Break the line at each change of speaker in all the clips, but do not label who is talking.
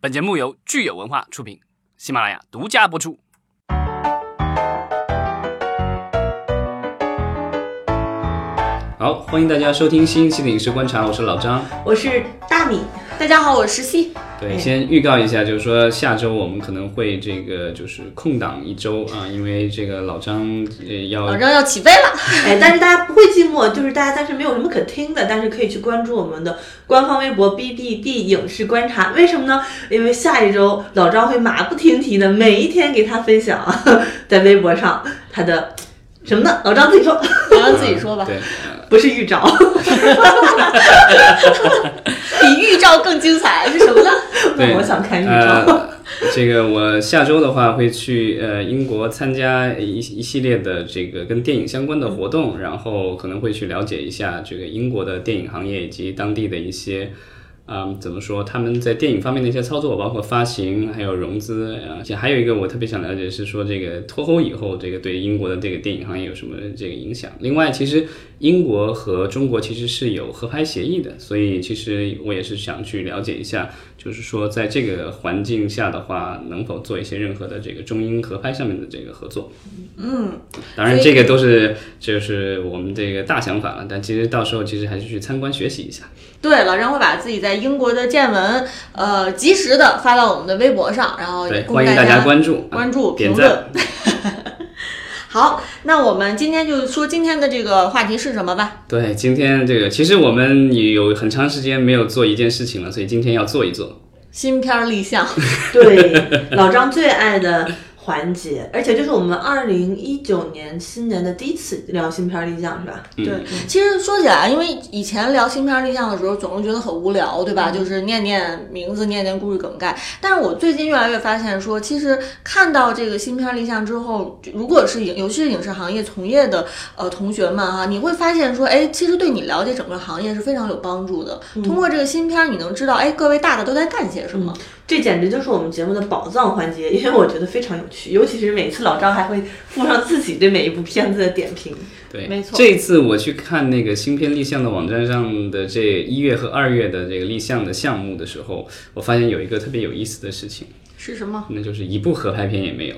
本节目由聚友文化出品，喜马拉雅独家播出。好，欢迎大家收听新一期的《影视观察》，我是老张。
我是大 米，
大家好，我是西。
对，
哎
先预告一下，就是说下周我们可能会这个就是空档一周啊，因为这个老张呃要
老张要起 飞了，
哎，但是大家不会寂寞，就是大家暂时没有什么可听的，但是可以去关注我们的官方微博 B B D 影视观察。为什么呢？因为下一周老张会马不停蹄的每一天给他分享 在微博上他的什么呢？老张自己说，
老张自己说吧，
对，
不是预兆，
比预兆更精彩是什 么呢？
对，
我想看预兆。
呃，这个我下周的话会去呃英国参加一一系列的这个跟电影相关的活动，然后可能会去了解一下这个英国的电影行业以及当地的一些。嗯，怎么说？他们在电影方面的一些操作，包括发行，还有融资，而且还有一个我特别想了解是说，这个脱欧以后，这个对英国的这个电影行业有什么这个影响？另外，其实英国和中国其实是有合拍协议的，所以其实我也是想去了解一下，就是说在这个环境下的话，能否做一些任何的这个中英合拍上面的这个合作。嗯，当然这个都是就是我们这个大想法了，但其实到时候其实还是去参观学习一下。
对，老张会把自己在英国的见闻，呃，及时的发到我们的微博上，然后
对，
哦供
欢迎
大
家关注、啊
关注、
点
评
赞。
论。 好，那我们今天就说今天的这个话题是什么吧？
对，今天这个其实我们也有很长时间没有做一件事情了，所以今天要做一做。
新片儿立项，
对，老张最爱的环节，而且这是我们二零一九年新年的第一次聊新片儿立项，是吧？
嗯
对，其实说起来，因为以前聊新片儿立项的时候，总是觉得很无聊，对吧？就是念念名字，念念故事梗概。但是我最近越来越发现说，其实看到这个新片儿立项之后，如果是影，尤其是影视行业从业的呃同学们哈、你会发现说，哎，其实对你了解整个行业是非常有帮助的。通过这个新片，儿，你能知道，哎，各位大大都在干些什么。
这简直就是我们节目的宝藏环节，因为我觉得非常有趣，尤其是每次老张还会附上自己对每一部片子的点评。
对，
没错
这一次我去看那个新片立项的网站上的这一月和二月的这个立项的项目的时候，我发现有一个特别有意思的事情，
是什么？
那就是一部合拍片也没有。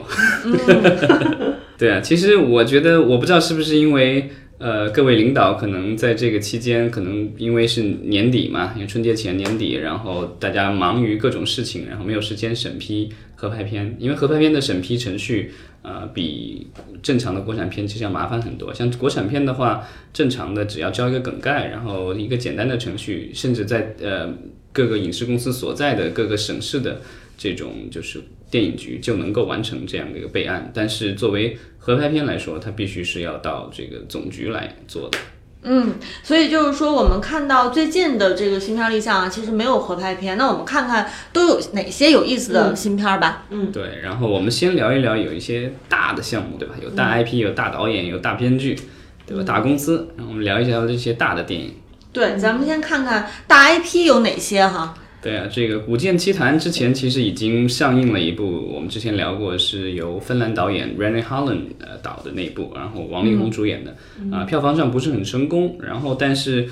对啊，其实我觉得，我不知道是不是因为。呃，各位领导可能在这个期间，可能因为是年底嘛，因为春节前年底，然后大家忙于各种事情，然后没有时间审批合拍片，因为合拍片的审批程序，呃，比正常的国产片其实要麻烦很多。像国产片的话，正常的只要交一个梗概，然后一个简单的程序，甚至在呃各个影视公司所在的各个省市的这种就是电影局就能够完成这样的一个备案。但是作为合拍片来说，它必须是要到这个总局来做的。
嗯，所以就是说，我们看到最近的这个新片儿立项啊，其实没有合拍片。那我们看看都有哪些有意思的新片儿吧。
对，然后我们先聊一聊有一些大的项目，对吧？有大 IP，有大导演，有大编剧，对吧？大公司，然后我们聊一聊这些大的电影。
对，
嗯
咱们先看看大 IP 有哪些哈。
对啊，这个《古剑奇谭》之前其实已经上映了一部，我们之前聊过，是由芬兰导演 Renny Holland 呃导的那一部，然后王力
嗯
宏主演的，啊、票房上不是很成功，然后但是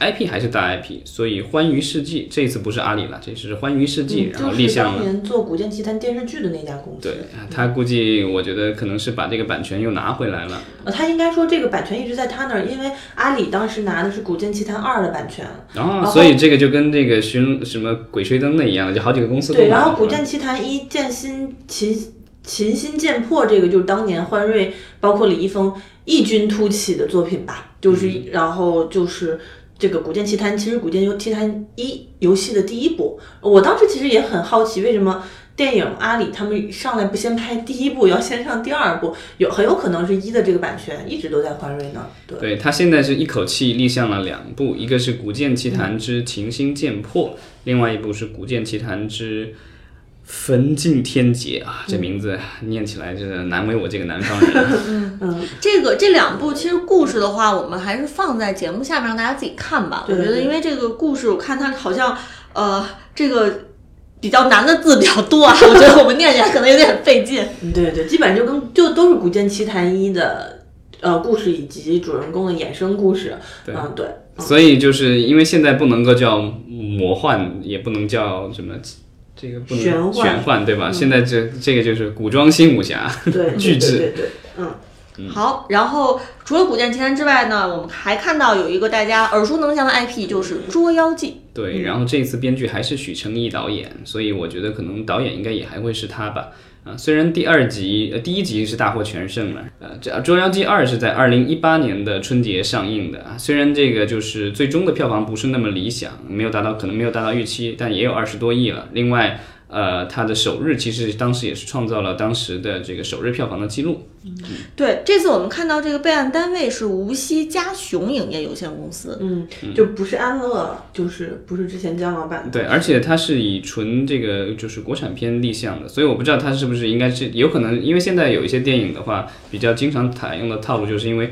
IP 还是大 IP，所以《欢愉世纪》这一次不是阿里了，这次是《欢愉世纪》然后立
嗯就是
项了
当。年做《古剑奇谭》电视剧的那家公司。
对，啊他估计我觉得可能是把这个版权又拿回来了。
呃，他应该说这个版权一直在他那儿，因为阿里当时拿的是《古剑奇谭二》的版权。
然后，所以这个就跟这个寻什么鬼吹灯的一样了，就好几个公司都
对，
拿
然后
了
《古剑奇谭一》剑心秦秦心剑魄，这个就是当年欢瑞包括李易峰异军突起的作品吧，就是、
嗯
然后就是。这个《古剑奇谭》其实《古剑奇谭一》游戏的第一部，我当时其实也很好奇，为什么电影阿里他们上来不先拍第一部，要先上第二部？有很有可能是一的这个版权一直都在欢瑞那儿。对，
对他现在是一口气立项了两部，一个是《古剑奇谭之秦心剑魄》，
嗯
另外一部是《古剑奇谭之焚尽天劫》啊，这名字念起来就是难为我这个南 方人。
嗯
这个这两部其实故事的话，我们还是放在节目下面让大家自己看吧。
对对
我觉得
对
因为这个故事，我看它好像呃这个比较难的字比较 多啊，我觉得我们念起来可能有点费劲。
嗯对对，基本上就跟就都是《古剑奇谭一》的呃故事以及主人公的衍生故事。
对
嗯，对，
所以就是因为现在不能够叫魔幻，也不能叫什么这个不能
玄幻嗯
玄幻对吧？现在这这个就是古装新武侠，
对，
巨制
对对对，嗯，
好，然后除了古剑奇谭之外呢，我们还看到有一个大家耳熟能详的 IP，就是《捉妖记》。
对，然后这一次编剧还是许成义导演，所以我觉得可能导演应该也还会是他吧。啊，虽然第二集呃第一集是大获全胜了，呃，这《捉妖记二》是在二零一八年的春节上映的啊。虽然这个就是最终的票房不是那么理想，没有达到可能没有达到预期，但也有二十多亿了。另外，呃，它的首日其实当时也是创造了当时的这个首日票房的记录。
嗯
对，这次我们看到这个备案单位是无锡嘉雄影业有限公司。
嗯，就不是安乐了，就是不是之前姜老板的，
对，而且它是以纯这个就是国产片立项的，所以我不知道它是不是应该是有可能，因为现在有一些电影的话，比较经常采用的套路，就是因为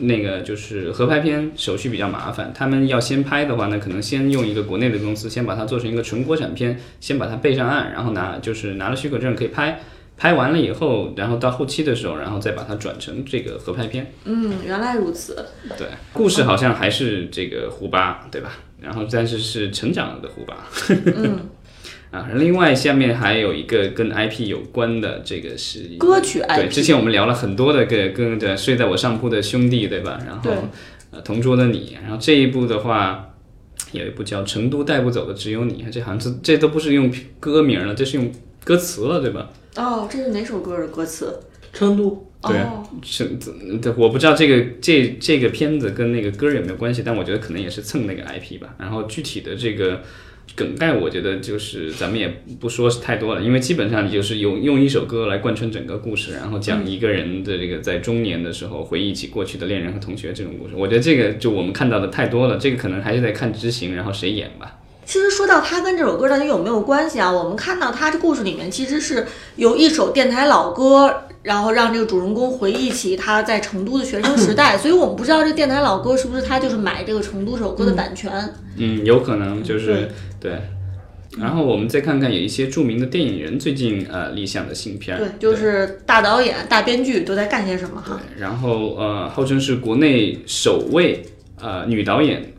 那个就是合拍片手续比较麻烦，他们要先拍的话呢，可能先用一个国内的公司先把它做成一个纯国产片，先把它备上岸，然后拿就是拿了许可证可以拍。拍完了以后，然后到后期的时候，然后再把它转成这个合拍片。
嗯，原来如此。
对，故事好像还是这个胡巴，对吧？然后但是是成长了的胡巴。
嗯
啊，另外下面还有一个跟 IP 有关的，这个是
歌曲
对，
IP
之前我们聊了很多的个跟的睡在我上铺的兄弟，对吧？然后
对
呃，同桌的你，然后这一部的话。有一部叫《成都带不走的只有你》，这好像这这都不是用歌名了，这是用歌词了，对吧？
哦，这是哪首歌的歌词？
成都，
对
哦，
是，这嗯我不知道这个这这个片子跟那个歌有没有关系，但我觉得可能也是蹭那个 IP 吧。然后具体的这个梗概，我觉得就是咱们也不说是太多了，因为基本上就是用用一首歌来贯穿整个故事，然后讲一个人的这个在中年的时候回忆起过去的恋人和同学这种故事。我觉得这个就我们看到的太多了，这个可能还是得看执行，然后谁演吧。
其实说到它跟这首歌到底有没有关系啊？我们看到它这故事里面其实是有一首电台老歌，然后让这个主人公回忆起他在成都的学生时 代，所以我们不知道这电台老歌是不是他就是买这个成都这首歌的版权。
嗯，有可能就是对。然后我们再看看有一些著名的电影人最近呃立项的新片儿，
对，就是大导演、大编剧都在干些什么哈？
对，然后呃，号称是国内首位呃女导演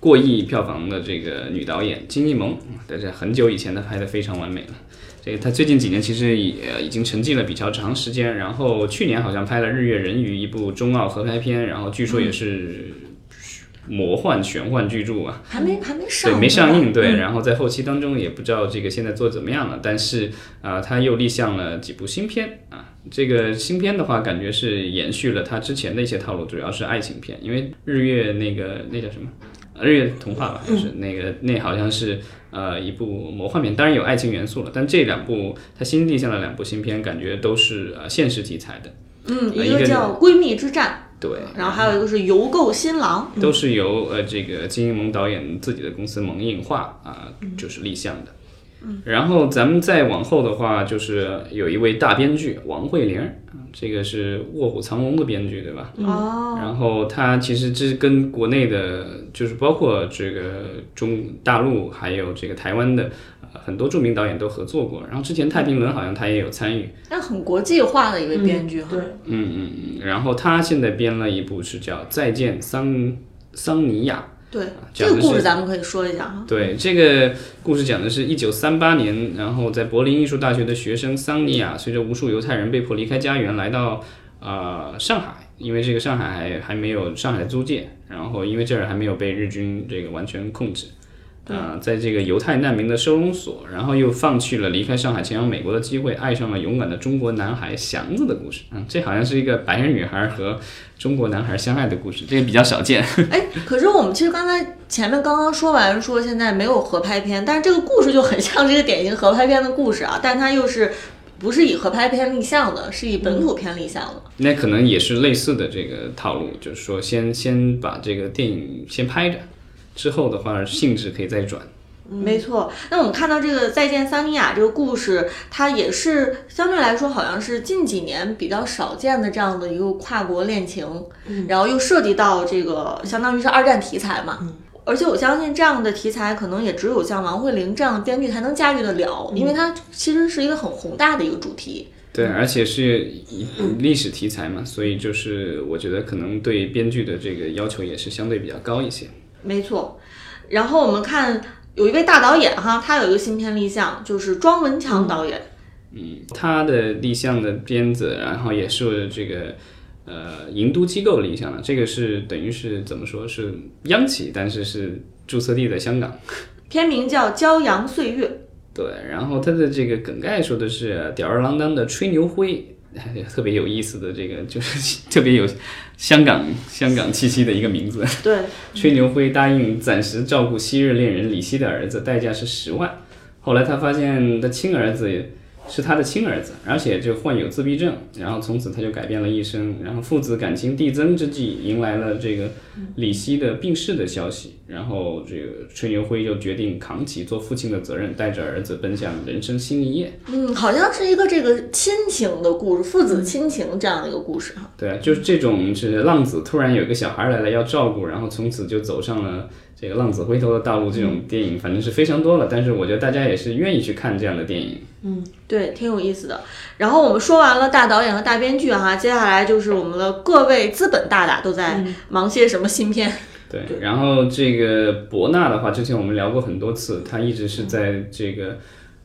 过亿票房的这个女导演金艺萌，但是很久以前她拍的非常完美了。这个她最近几年其实也呃已经沉寂了比较长时间，然后去年好像拍了《日月人鱼》一部中澳合拍片，然后据说也是魔幻玄幻巨著啊。
还没还没上，
对，没上映，
对吧嗯
对，然后在后期当中也不知道这个现在做得怎么样了，但是啊、呃他又立项了几部新片啊。这个新片的话，感觉是延续了他之前的一些套路，主要是爱情片，因为日月那个那叫什么？呃日月童话吧，就是
嗯
那个那好像是呃一部魔幻片，当然有爱情元素了，但这两部他新立项的两部新片，感觉都是呃现实题材的，嗯
嗯，
呃
一
一个
个叫《闺蜜之战》，
对，
然后还有一个是《邮购新郎
都是由呃这个金英萌导演自己的公司萌映画啊、就是立项的。然后咱们再往后的话，就是有一位大编剧王慧玲儿，啊这个是《卧虎藏龙》的编剧，对吧？》
哦，
然后它其实这跟国内的，就是包括这个中大陆还有这个台湾的、呃很多著名导演都合作过。然后之前《太平轮》好像他也有参与，
那很国际化的一位编剧哈。
对，
嗯嗯嗯。然后他现在编了一部是叫《再见桑桑尼亚》，
对，
讲的
这个故
是
事咱们可以说一下哈。
对，这个故事讲的是一九三八年，然后在柏林艺术大学的学生桑尼亚，随着无数犹太人被迫离开家园，来到呃上海，因为这个上海还还没有上海的租界，然后因为这儿还没有被日军这个完全控制。啊、在这个犹太难民的收容所，然后又放弃了离开上海前往美国的机会，爱上了勇敢的中国男孩祥子的故事。嗯，这好像是一个白人女孩和中国男孩相爱的故事，这个比较少见。
哎，可是我们其实刚才前面刚刚说完，说现在没有合拍片，但是这个故事就很像这个典型合拍片的故事啊，但它又是不是以合拍片立项的，是以本土片立项的。
那可能也是类似的这个套路，就是说先先把这个电影先拍着，之后的话性质可以再转。
没错，那我们看到这个《再见桑尼亚》这个故事，它也是相对来说好像是近几年比较少见的这样的一个跨国恋情，然后又涉及到这个相当于是二战题材嘛。而且我相信这样的题材可能也只有像王慧玲这样的编剧才能驾驭得了，因为它其实是一个很宏大的一个主题。
对，而且是以历史题材嘛，所以就是我觉得可能对编剧的这个要求也是相对比较高一些。
没错，然后我们看有一位大导演哈，他有一个新片立项，就是庄文强导演。
嗯他的立项的片子，然后也是这个呃银都机构立项的，这个是等于是怎么说是央企，但是是注册地在香港。
片名叫《骄阳岁月》，
对，然后它的这个梗概说的是吊儿郎当的吹牛灰，哎特别有意思的这个就是 特别有香港香港气息的一个名字。
对，
吹牛灰答应暂时照顾昔日恋人李希的儿子，代价是十万。后来他发现他亲儿子是他的亲儿子，而且就患有自闭症，然后从此他就改变了一生。然后父子感情递增之际，迎来了这个李希的病逝的消息，然后这个吹牛灰就决定扛起做父亲的责任，带着儿子奔向人生新一页。
嗯，好像是一个这个亲情的故事，父子亲情这样的一个故事哈。
对啊，就是这种是浪子突然有一个小孩来了要照顾，然后从此就走上了这个浪子回头的道路，这种电影反正是非常多了。但是我觉得大家也是愿意去看这样的电影。
对，挺有意思的。然后我们说完了大导演和大编剧哈，接下来就是我们的各位资本大大都在忙些什么新片。
对，然后这个博纳的话，之前我们聊过很多次，他一直是在这个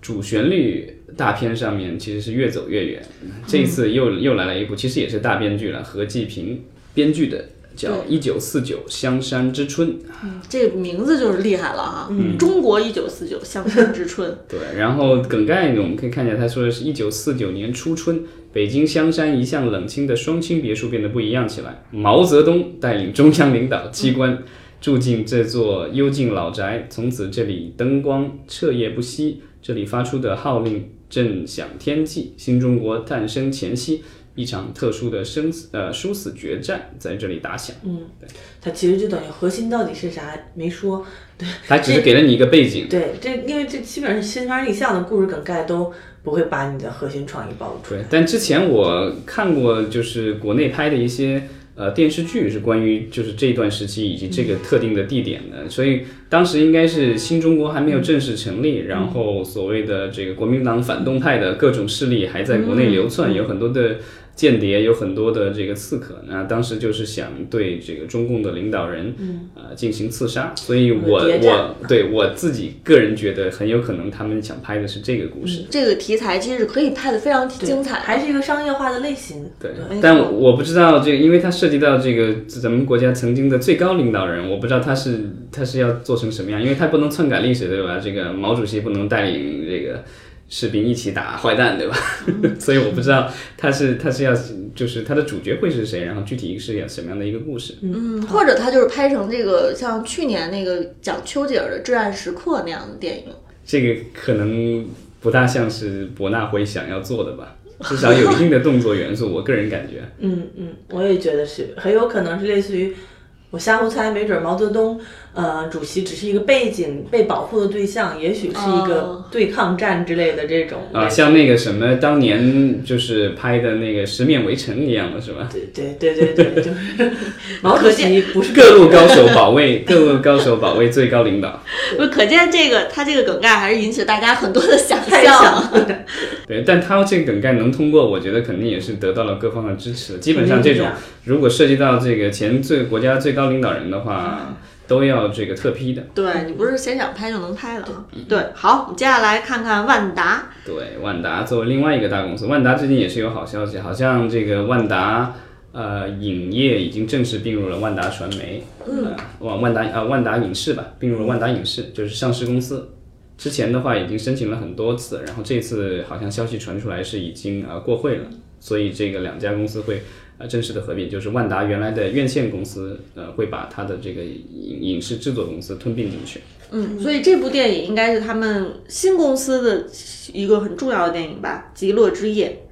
主旋律大片上面，其实是越走越远。这一次又又来了一部，其实也是大编剧了，何继平编剧的，叫《一九四九香山之春》。
这个名字就是厉害了哈！中国一九四九，香山之春。
对，然后梗概呢，我们可以看见他说的是一九四九年初春，北京香山一向冷清的双清别墅变得不一样起来。毛泽东带领中央领导机关住进这座幽静老宅，从此这里灯光彻夜不息，这里发出的号令震响天际。新中国诞生前夕，一场特殊的生死呃殊死决战在这里打响。
它其实就等于核心到底是啥没说。
他只是给了你一个背景。
对，这因为这基本上新番立项的故事梗概都不会把你的核心创意暴露出
对
来。，
但之前我看过，就是国内拍的一些呃电视剧，是关于就是这一段时期以及这个
嗯
特定的地点的，所以当时应该是新中国还
嗯
没有正式成立，然后所谓的这个国民党反动派的各种势力还在国内
嗯
流窜，有很多的。间谍有很多的这个刺客，那当时就是想对这个中共的领导人，呃，进行刺杀，所以我
嗯谍战
我对我自己个人觉得很有可能他们想拍的是这个故事。
这个题材其实可以拍的非常
对
精彩的，
还是一个商业化的类型。
对
没，
但
错
我我不知道这个，因为它涉及到这个咱们国家曾经的最高领导人，我不知道他是他是要做成什么样，因为他不能篡改历史，对吧？这个毛主席不能带领这个士兵一起打坏蛋，对吧？ 所以我不知道他是他是要就是他的主角会是谁，然后具体是要什么样的一个故事。
嗯，或者他就是拍成这个像去年那个讲丘吉尔的《至暗时刻》那样的电影。
这个可能不大像是伯纳会想要做的吧，至少有一定的动作元素，我个人感觉。
嗯嗯，我也觉得是，很有可能是类似于我瞎胡猜，没准毛泽东呃主席只是一个背景被保护的对象，也许是一
哦
个对抗战之类的这种
啊，像那个什么，当年就是拍的那个《十面围城》一样的是吧？
对对对对对， 就是毛主席不是
各路高手保卫， 各路高手保卫最高领导。
不，可见这个他这个梗概还是引起了大家很多的想
太
象。
像，
对，但他这个梗概能通过，我觉得肯定也是得到了各方的支持。基本上这种
肯定，
如果涉及到这个前最国家最高领导人的
嗯
话，都要这个特批的。
对你不是谁想拍就能拍的啊。对，好，我们接下来看看万达。
对，万达作为另外一个大公司，万达最近也是有好消息，好像这个万达呃影业已经正式并入了万达传媒，嗯，万万达啊万达影视吧，并入了万达影视，就是上市公司。之前的话已经申请了很多次，然后这次好像消息传出来是已经呃过会了，所以这个两家公司会呃正式的合并，就是万达原来的院线公司呃会把它的这个影影视制作公司吞并进去。
嗯，所以这部电影应该是他们新公司的一个很重要的电影吧，《极乐之夜》。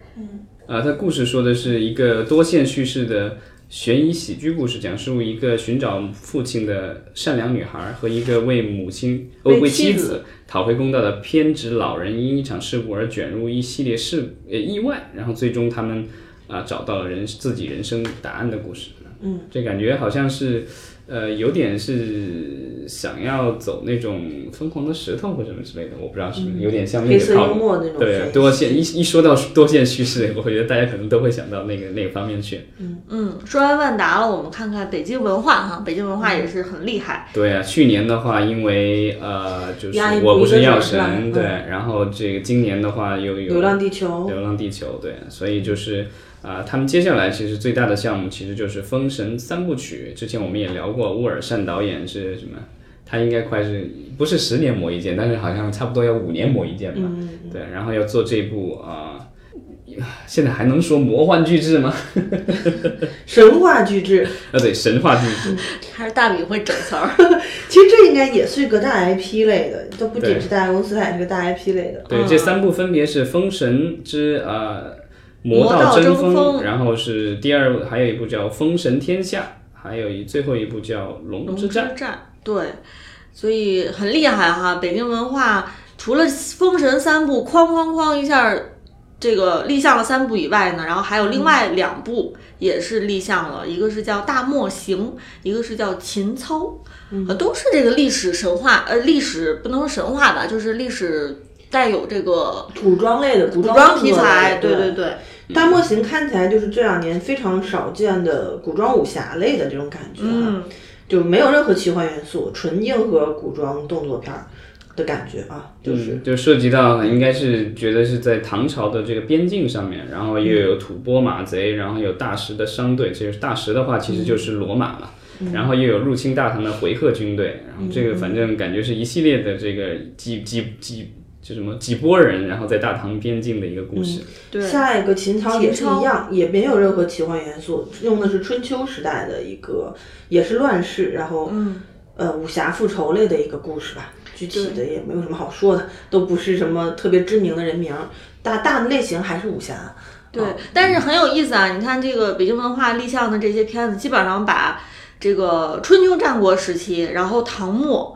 啊，它故事说的是一个多线叙事的悬疑喜剧故事，讲述一个寻找父亲的善良女孩和一个为母亲、呃、
为
为
妻
妻
子
子讨回公道的偏执老人，因一场事故而卷入一系列事呃意外，然后最终他们啊、找到了人自己人生答案的故事。嗯，这感觉好像是。呃，有点是想要走那种疯狂的石头或什么之类的，我不知道是不
嗯
是有点像那
黑色
个套
幽
路。
默那种
对，
氛围
多线一一说到多线叙事，我觉得大家可能都会想到那个那个方面去。嗯，
嗯，说完万达了，我们看看北京文化哈，北京文化也是很厉害。
对啊，去年的话，因为呃，就是
压抑
我
不
不
一个
是药
人是吧
神，对，然后这个今年的话又有
流浪地球
流浪地球，对，所以就是啊、呃他们接下来其实最大的项目其实就是《封神三部曲》。之前我们也聊过，乌尔善导演是什么？他应该快是不是十年磨一剑，但是好像差不多要五年磨一剑吧？
嗯
对，然后要做这部啊、呃现在还能说魔幻巨制吗？
嗯神话巨制，
啊，对，神话巨制。
还是大饼会整词儿，
其实这应该也是一个大 IP 类的，都不仅
对
是大公司，它也是个大 IP 类的。
对，这三部分别是《封神之》呃《
魔道
道
争
锋》
锋
然后是第二部，还有一部叫《封神天下》，还有一最后一部叫《龙之战》。
对，所以很厉害哈。北京文化除了《封神三部》哐哐哐一下儿这个立项了三部以外呢，然后还有
嗯
另外两部也是立项了，一个是叫《大漠行》，一个是叫《秦操》，
嗯
呃，都是这个历史神话，呃，历史不能说神话吧，就是历史带有这个
古装类的古
古
装
装
风
题
格类
材，对
对
对对。
大漠行看起来就是这两年非常少见的古装武侠类的这种感觉啊，
嗯
就没有任何奇幻元素，纯硬核古装动作片儿的感觉啊，就是、
嗯，就涉及到应该是觉得是在唐朝的这个边境上面，然后又有吐蕃马贼，然后有大食的商队，这就是大食的话其实就是罗马嘛，然后又有入侵大唐的回纥军队，然后这个反正感觉是一系列的这个几几几就什么几波人，然后在大唐边境的一个故事。
下一个秦操
秦
也是
操
一样，也没有任何奇幻元素，用的是春秋时代的一个，也是乱世，然后呃武侠复仇类的一个故事吧。具体的也没有什么好说的，都不是什么特别知名的人名儿，大大的类型还是武侠。对
对，但是很有意思啊！你看这个北京文化立项的这些片子，基本上把这个春秋战国时期，然后唐末，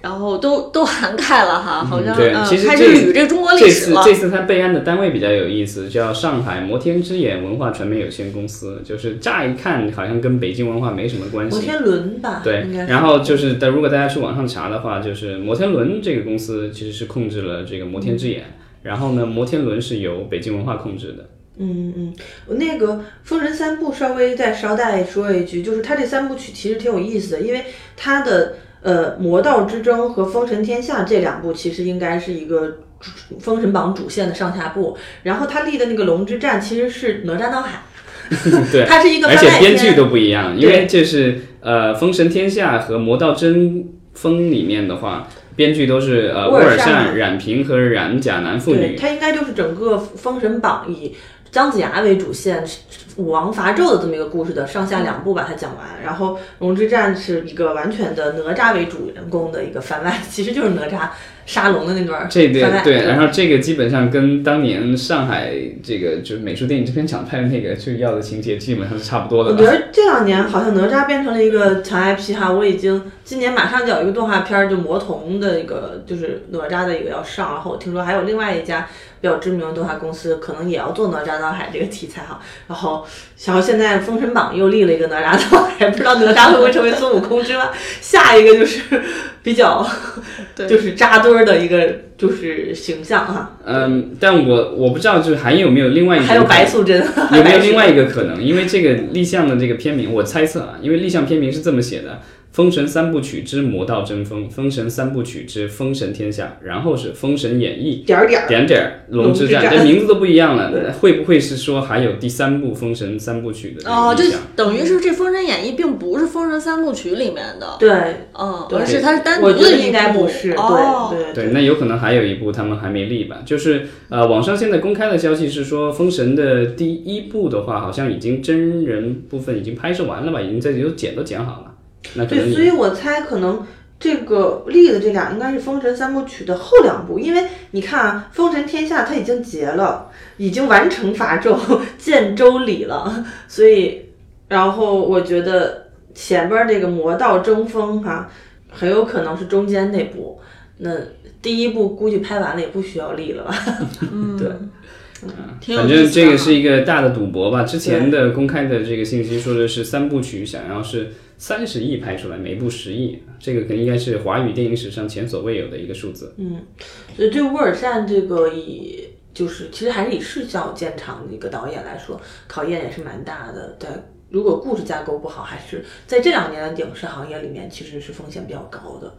然后都都涵盖了哈，好像、
对
嗯，
其实
开
这
始捋这中国历史了
这。次这次他备案的单位比较有意思，叫上海摩天之眼文化传媒有限公司，就是乍一看好像跟北京文化没什么关
摩
系。
天轮吧，
对
应该，是
然后就是，但如果大家去网上查的话，就是摩天轮这个公司其实是控制了这个摩天之眼，然后呢，摩天轮是由北京文化控制 的。
嗯嗯，我那个《封神三部》稍微再捎带说一句，就是它这三部曲其实挺有意思的，因为它的呃《魔道之争》和《封神天下》这两部其实应该是一个主《封神榜》主线的上下部，然后他立的那个龙之战其实是哪吒闹海，
对，
它是一个
而
番
且
外
编
篇。
剧都不一样，因
对
为就是呃，《封神天下》和《魔道争锋》里面的话，编剧都是呃
乌
乌
尔
尔
善
善、冉平和冉甲男父
对，
女。
它应该就是整个《封神榜》以姜子牙为主线，武王伐纣的这么一个故事的上下两部把它讲完。然后《龙之战》是一个完全的哪吒为主人公的一个番外，其实就是哪吒杀龙的那段
这对
番外。
对，然后这个基本上跟当年上海这个就是美术电影制片厂拍的那个就要的情节基本上是差不多
我
的
觉
吧。
得这两年好像哪吒变成了一个强 IP 哈，我已经今年马上就有一个动画片儿，就魔童的一个就是哪吒的一个要上，然后我听说还有另外一家比较知名的动画公司可能也要做哪吒闹海这个题材哈，然后然后现在《封神榜》又立了一个哪吒闹海，不 知道哪吒会不会成为孙悟空之外，下一个就是比较
对
就是扎堆儿的一个就是形象哈，
嗯，但我我不知道就是还有没有另外一种
还有白素贞，啊
有没有另外一个可能？因为这个立项的这个片名，我猜测啊，因为立项片名是这么写的：《封神三部曲之魔道争锋》，《封神三部曲之封神天下》，然后是《封神演义》。
点儿点儿。
点点儿龙之
龙
战，
之
这
战
名字都不一样了，会不会是说还有第三部《封神三部曲》的这个
哦，就
立项
等于是这《封神演义》并不是《封神三部曲》里面的，
对，
嗯，
对
而是它是单独
我觉
的
得
一
应该
部
不是，
哦，
对对
对，那有可能还有一部他们还没立吧。就是呃，网上现在公开的消息是说，《封神》的第一部的话，好像已经真人部分已经拍摄完了吧，已经在有剪都剪好了。那可能
对，
也
所以我猜可能这个立的这俩应该是《封神三部曲》的后两部，因为你看啊，《封神天下》它已经结了，已经完成伐纣、建周礼了，所以，然后我觉得前边这个魔道争锋哈、很有可能是中间那部，那第一部估计拍完了也不需要立了吧？
啊反
挺有意思的
正这个是一个大的赌博吧。之前的公开的这个信息说的是三部曲想要是三十亿拍出来，每部十亿，这个可能应该是华语电影史上前所未有的一个数字。
所以对乌尔善这个以就是其实还是以视效见长的一个导演来说，考验也是蛮大的，在如果故事架构不好，还是在这两年的影视行业里面，其实是风险比较高的。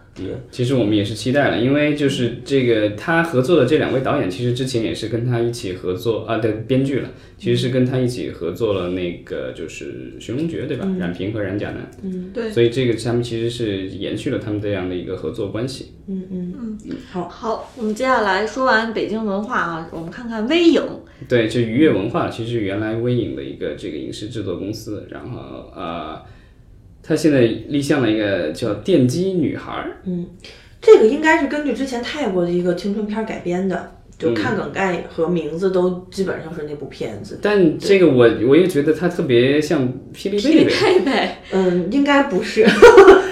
其实我们也是期待了，因为就是这个他合作的这两位导演，其实之前也是跟他一起合作啊，对，编剧了，其实是跟他一起合作了那个就是《寻龙诀》对吧？冉平和冉甲男，
嗯
对，
所以这个他们其实是延续了他们这样的一个合作关系。
嗯嗯嗯，好，
好，我们接下来说完北京文化啊，我们看看微影。
对，就愉悦文化，其实原来微影的一个这个影视制作公司，然后呃，他现在立项了一个叫《电击女孩》儿。
这个应该是根据之前泰国的一个青春片改编的，就看梗概和名字都基本上是那部片子。
但这个我我也觉得它特别像霹雳
霹雳
贝贝，
贝贝，
嗯，应该不是，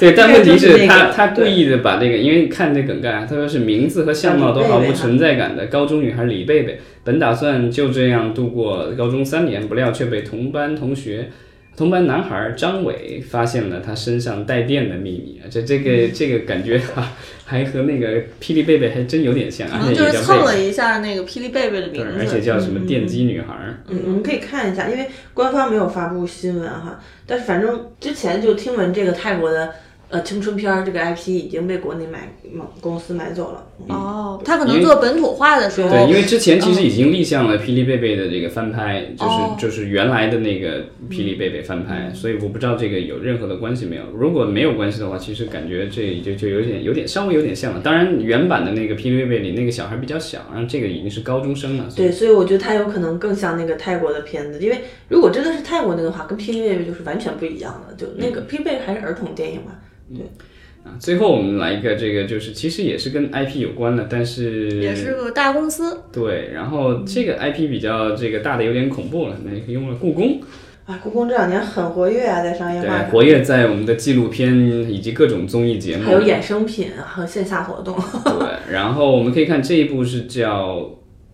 对，但问题
就是那个
他他故
对
意的把这个，因为你看这梗概啊，他说是名字和相貌都毫无存在感的高中女孩李贝贝，本打算就这样度过高中三年，不料却被同班同学。同班男孩张伟发现了他身上带电的秘密，这这
嗯
个这个感觉啊，还和那个霹雳贝贝还真有点像，
可
而
能
且
啊就
也
是
叫
蹭
贝
了
贝，
一下那个霹雳贝贝的
对，
名
而且
字。嗯
叫什么电击女孩儿，
嗯，我们可以看一下，因为官方没有发布新闻哈，但是反正之前就听闻这个泰国的呃青春片儿这个 IP 已经被国内买某公司买走了。嗯
哦，他可能做本土化的时候，
对，因为之前其实已经立项
嗯
了《霹雳贝贝》的这个翻拍，就是、
哦
就是原来的那个《霹雳贝贝》翻
嗯
拍，所以我不知道这个有任何的关系没有。如果没有关系的话，其实感觉这就就有点有点稍微有点像了。当然，原版的那个《霹雳贝贝》里那个小孩比较小，然后这个已经是高中生啊了，所以
对，所以我觉得它有可能更像那个泰国的片子，因为如果真的是泰国那个话，跟《霹雳贝贝》就是完全不一样的。
嗯
就那个《霹雳贝贝》还是儿童电影嘛，
啊，最后我们来一个这个，就是其实也是跟 IP 有关的，但是
也是个大公司。
对，然后这个 IP 比较这个大的有点恐怖了，那用了故宫。
啊，故宫这两年很活跃啊，在
哎
商业化
对，
上，
活跃在我们的纪录片以及各种综艺节目，
还有衍生品和线下活动。
对，然后我们可以看这一部是叫《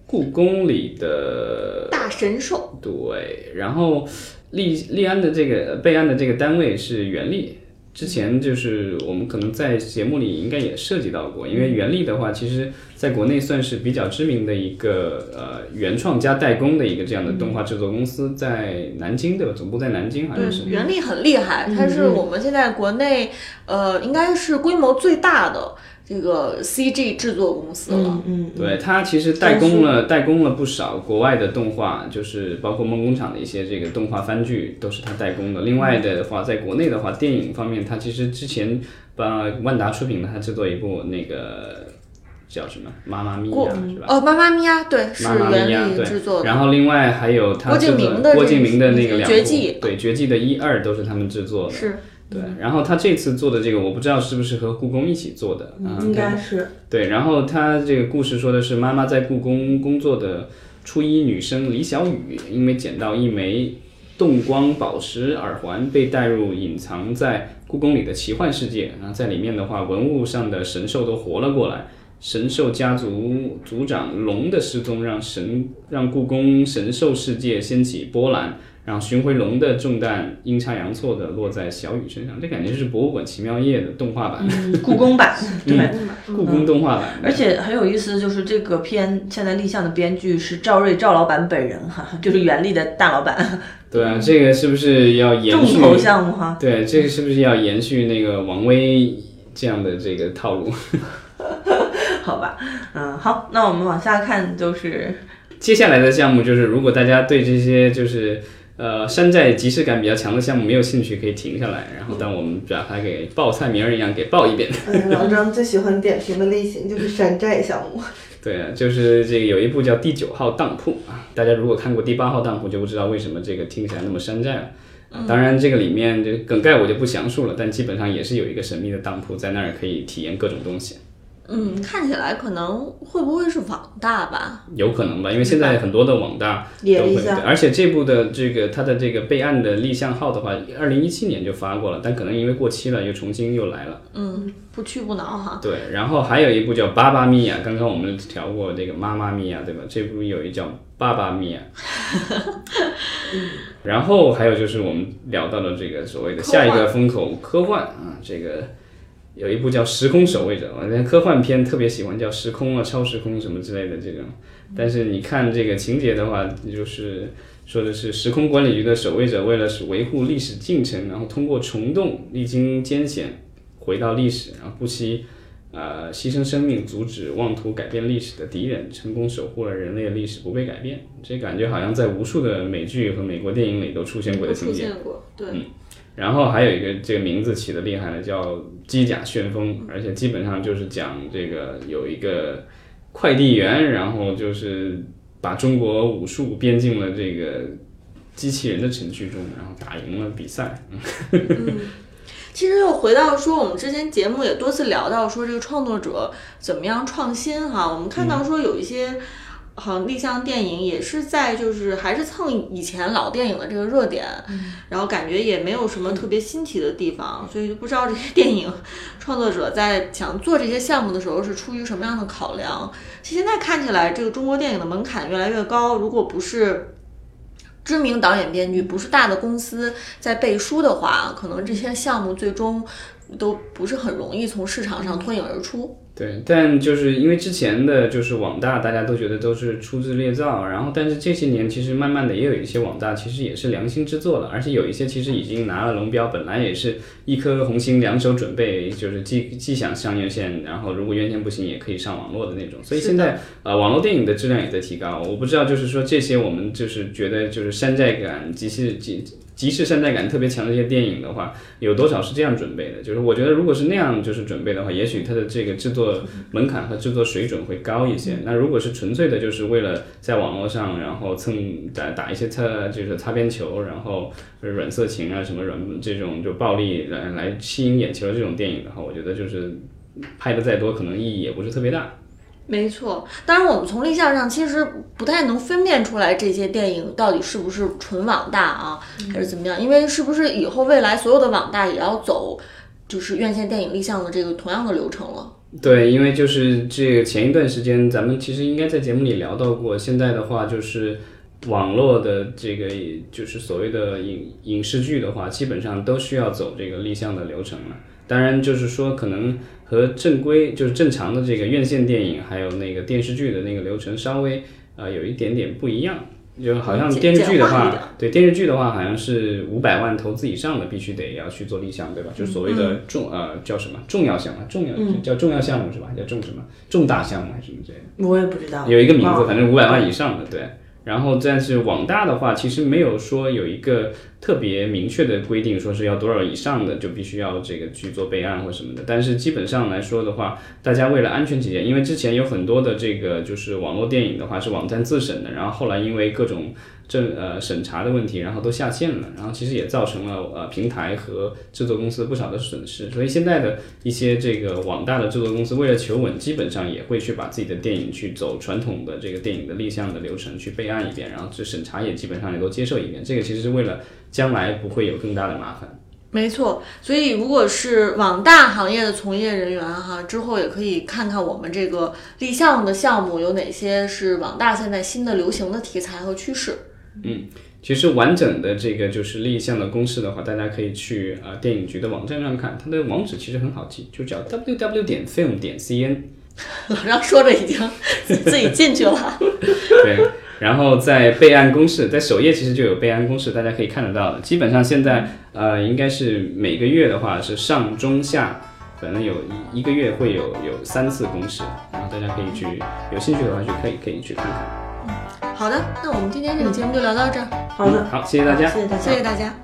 故宫里的
大神兽，》，
对，然后立立案的这个备案的这个单位是袁立。之前就是我们可能在节目里应该也涉及到过，因为袁立的话，其实在国内算是比较知名的一个呃原创加代工的一个这样的动画制作公司，在南京对吧？总部在南京好像
对
是。，
嗯原力很厉害，
嗯
它是我们现在国内呃应该是规模最大的这个 CG 制作公司了。
嗯，
对它其实代工了代工了不少国外的动画，就是包括梦工厂的一些这个动画番剧都是它代工的。另外的话，在国内的话，电影方面，它其实之前把万达出品的，它制作一部那个叫什么《妈妈咪呀》是吧？
哦，妈妈咪呀，对，是
妈嗯妈咪呀
原，力制作
对，
的。
然后另外还有他
郭敬
制作
明的
郭
这
敬
个
明的那个两部
绝技
对绝技的一二都是他们制作的，
是
对。然后他这次做的这个，我不知道是不是和故宫一起做的，嗯，
应该是
对，然后他这个故事说的是妈妈在故宫工作的初一女生李小雨，因为捡到一枚动光宝石耳环，被带入隐藏在故宫里的奇幻世界。然后在里面的话，文物上的神兽都活了过来。神兽家族族长龙的失踪，让神让故宫神兽世界掀起波澜，然后巡回龙的重担阴差阳错的落在小雨身上，这感觉就是《博物馆奇妙夜》的动画版，
嗯故宫 版，
嗯
对。
故宫动画版。
而且很有意思的就是，这个片现在立项的编剧是赵瑞赵老板本人哈， 就是袁立的大老板，
对啊，这个是不是要延
重
续？
头项目哈。
对，这个是不是要延续那个王威这样的这个套路？
好吧，嗯，好，那我们往下看就是
接下来的项目就是，如果大家对这些就是呃山寨即视感比较强的项目没有兴趣，可以停下来，然后当我们把它给报菜名儿一样给报一遍。
嗯，老张最喜欢点评的类型就是山寨项目。
对啊，就是这个有一部叫《第九号当铺》啊，大家如果看过《第八号当铺》，就不知道为什么这个听起来那么山寨了。啊当然，这个里面这梗概我就不详述了，但基本上也是有一个神秘的当铺在那儿可以体验各种东西。
嗯，看起来可能会不会是网大吧？
有可能吧，因为现在很多的网大都
也
会，
一下
对而且这部的这个它的这个备案的立项号的话，二零一七年就发过了，但可能因为过期了，又重新又来了。
嗯，不屈不挠哈。
对，然后还有一部叫《爸爸咪呀》，刚刚我们聊过这个《妈妈咪呀》，对吧？这部有一叫《爸爸咪呀》，然后还有就是我们聊到了这个所谓的下一个风口科幻啊，这个有一部叫《时空守卫者》，我连科幻片特别喜欢，叫时空啊、超时空什么之类的这种。但是你看这个情节的话，就是说的是时空管理局的守卫者为了是维护历史进程，然后通过虫洞历经艰险回到历史，然后不惜呃牺牲生命阻止妄图改变历史的敌人，成功守护了人类历史不被改变。这感觉好像在无数的美剧和美国电影里都出现过的
都出
情节。
现过，对，
然后还有一个这个名字起的厉害的叫机甲旋风，而且基本上就是讲这个有一个快递员，然后就是把中国武术编进了这个机器人的程序中，然后打赢了比赛。
其实又回到说，我们之前节目也多次聊到说，这个创作者怎么样创新哈。我们看到说有一些好像立项电影也是在就是还是蹭以前老电影的这个热点，然后感觉也没有什么特别新奇的地方，所以就不知道这些电影创作者在想做这些项目的时候是出于什么样的考量。其实现在看起来，这个中国电影的门槛越来越高，如果不是。知名导演、编剧不是大的公司在背书的话，可能这些项目最终都不是很容易从市场上脱颖而出。
对，但就是因为之前的就是网大，大家都觉得都是粗制劣造，然后但是这些年其实慢慢的也有一些网大其实也是良心之作了，而且有一些其实已经拿了龙标，本来也是一颗红心两手准备，就是既既想上院线，然后如果院线不行也可以上网络的那种，所以
是的
现在呃网络电影的质量也在提高，我不知道就是说这些我们就是觉得就是山寨感极是极。即视山寨感特别强的一些电影的话，有多少是这样准备的？就是我觉得，如果是那样就是准备的话，也许它的这个制作门槛和制作水准会高一些。那如果是纯粹的，就是为了在网络上然后蹭打打一些擦就是擦边球，然后软色情啊什么软这种就暴力来来吸引眼球的这种电影的话，我觉得就是拍的再多，可能意义也不是特别大。
没错，当然我们从立项上其实不太能分辨出来这些电影到底是不是纯网大啊，还是怎么样？因为是不是以后未来所有的网大也要走就是院线电影立项的这个同样的流程了？
对，因为就是这个前一段时间，咱们其实应该在节目里聊到过。现在的话，就是网络的这个，就是所谓的影影视剧的话，基本上都需要走这个立项的流程了。当然，就是说可能和正规就是正常的这个院线电影，还有那个电视剧的那个流程稍微呃有一点点不一样。就好像
简
电视剧的
简化一
嗯话
点，
对电视剧的话，好像是五百万投资以上的必须得要去做立项，对吧？就是所谓的重呃叫什么重要项目，重要叫重要项目是吧？叫重什么重大项目还是什么之类的？
我也不知道
有一个名字，
哦
反正五百万以上的，对。然后，但是网大的话，其实没有说有一个特别明确的规定，说是要多少以上的就必须要这个去做备案或什么的。但是基本上来说的话，大家为了安全起见，因为之前有很多的这个就是网络电影的话是网站自审的，然后后来因为各种政呃审查的问题，然后都下线了，然后其实也造成了呃平台和制作公司不少的损失。所以现在的一些这个网大的制作公司为了求稳，基本上也会去把自己的电影去走传统的这个电影的立项的流程去备案一遍，然后这审查也基本上也都接受一遍。这个其实是为了将来不会有更大的麻烦。
没错，所以如果是网大行业的从业人员哈，之后也可以看看我们这个立项的项目有哪些是网大现在新的流行的题材和趋势。
其实完整的这个就是立项的公式的话，大家可以去呃电影局的网站上看，它的网址其实很好记，就叫 www 点 film 点 cn。
老张说着已经自己进去了，
对，然后在备案公示，在首页其实就有备案公示，大家可以看得到的。基本上现在呃，应该是每个月的话是上中下，反正有一一个月会有有三次公示，然后大家可以去有兴趣的话去可以可以去看看。
好的，那我们今天这个节目就聊到这儿，
好的，
嗯好，谢谢大家。
谢谢大家
谢。谢大家。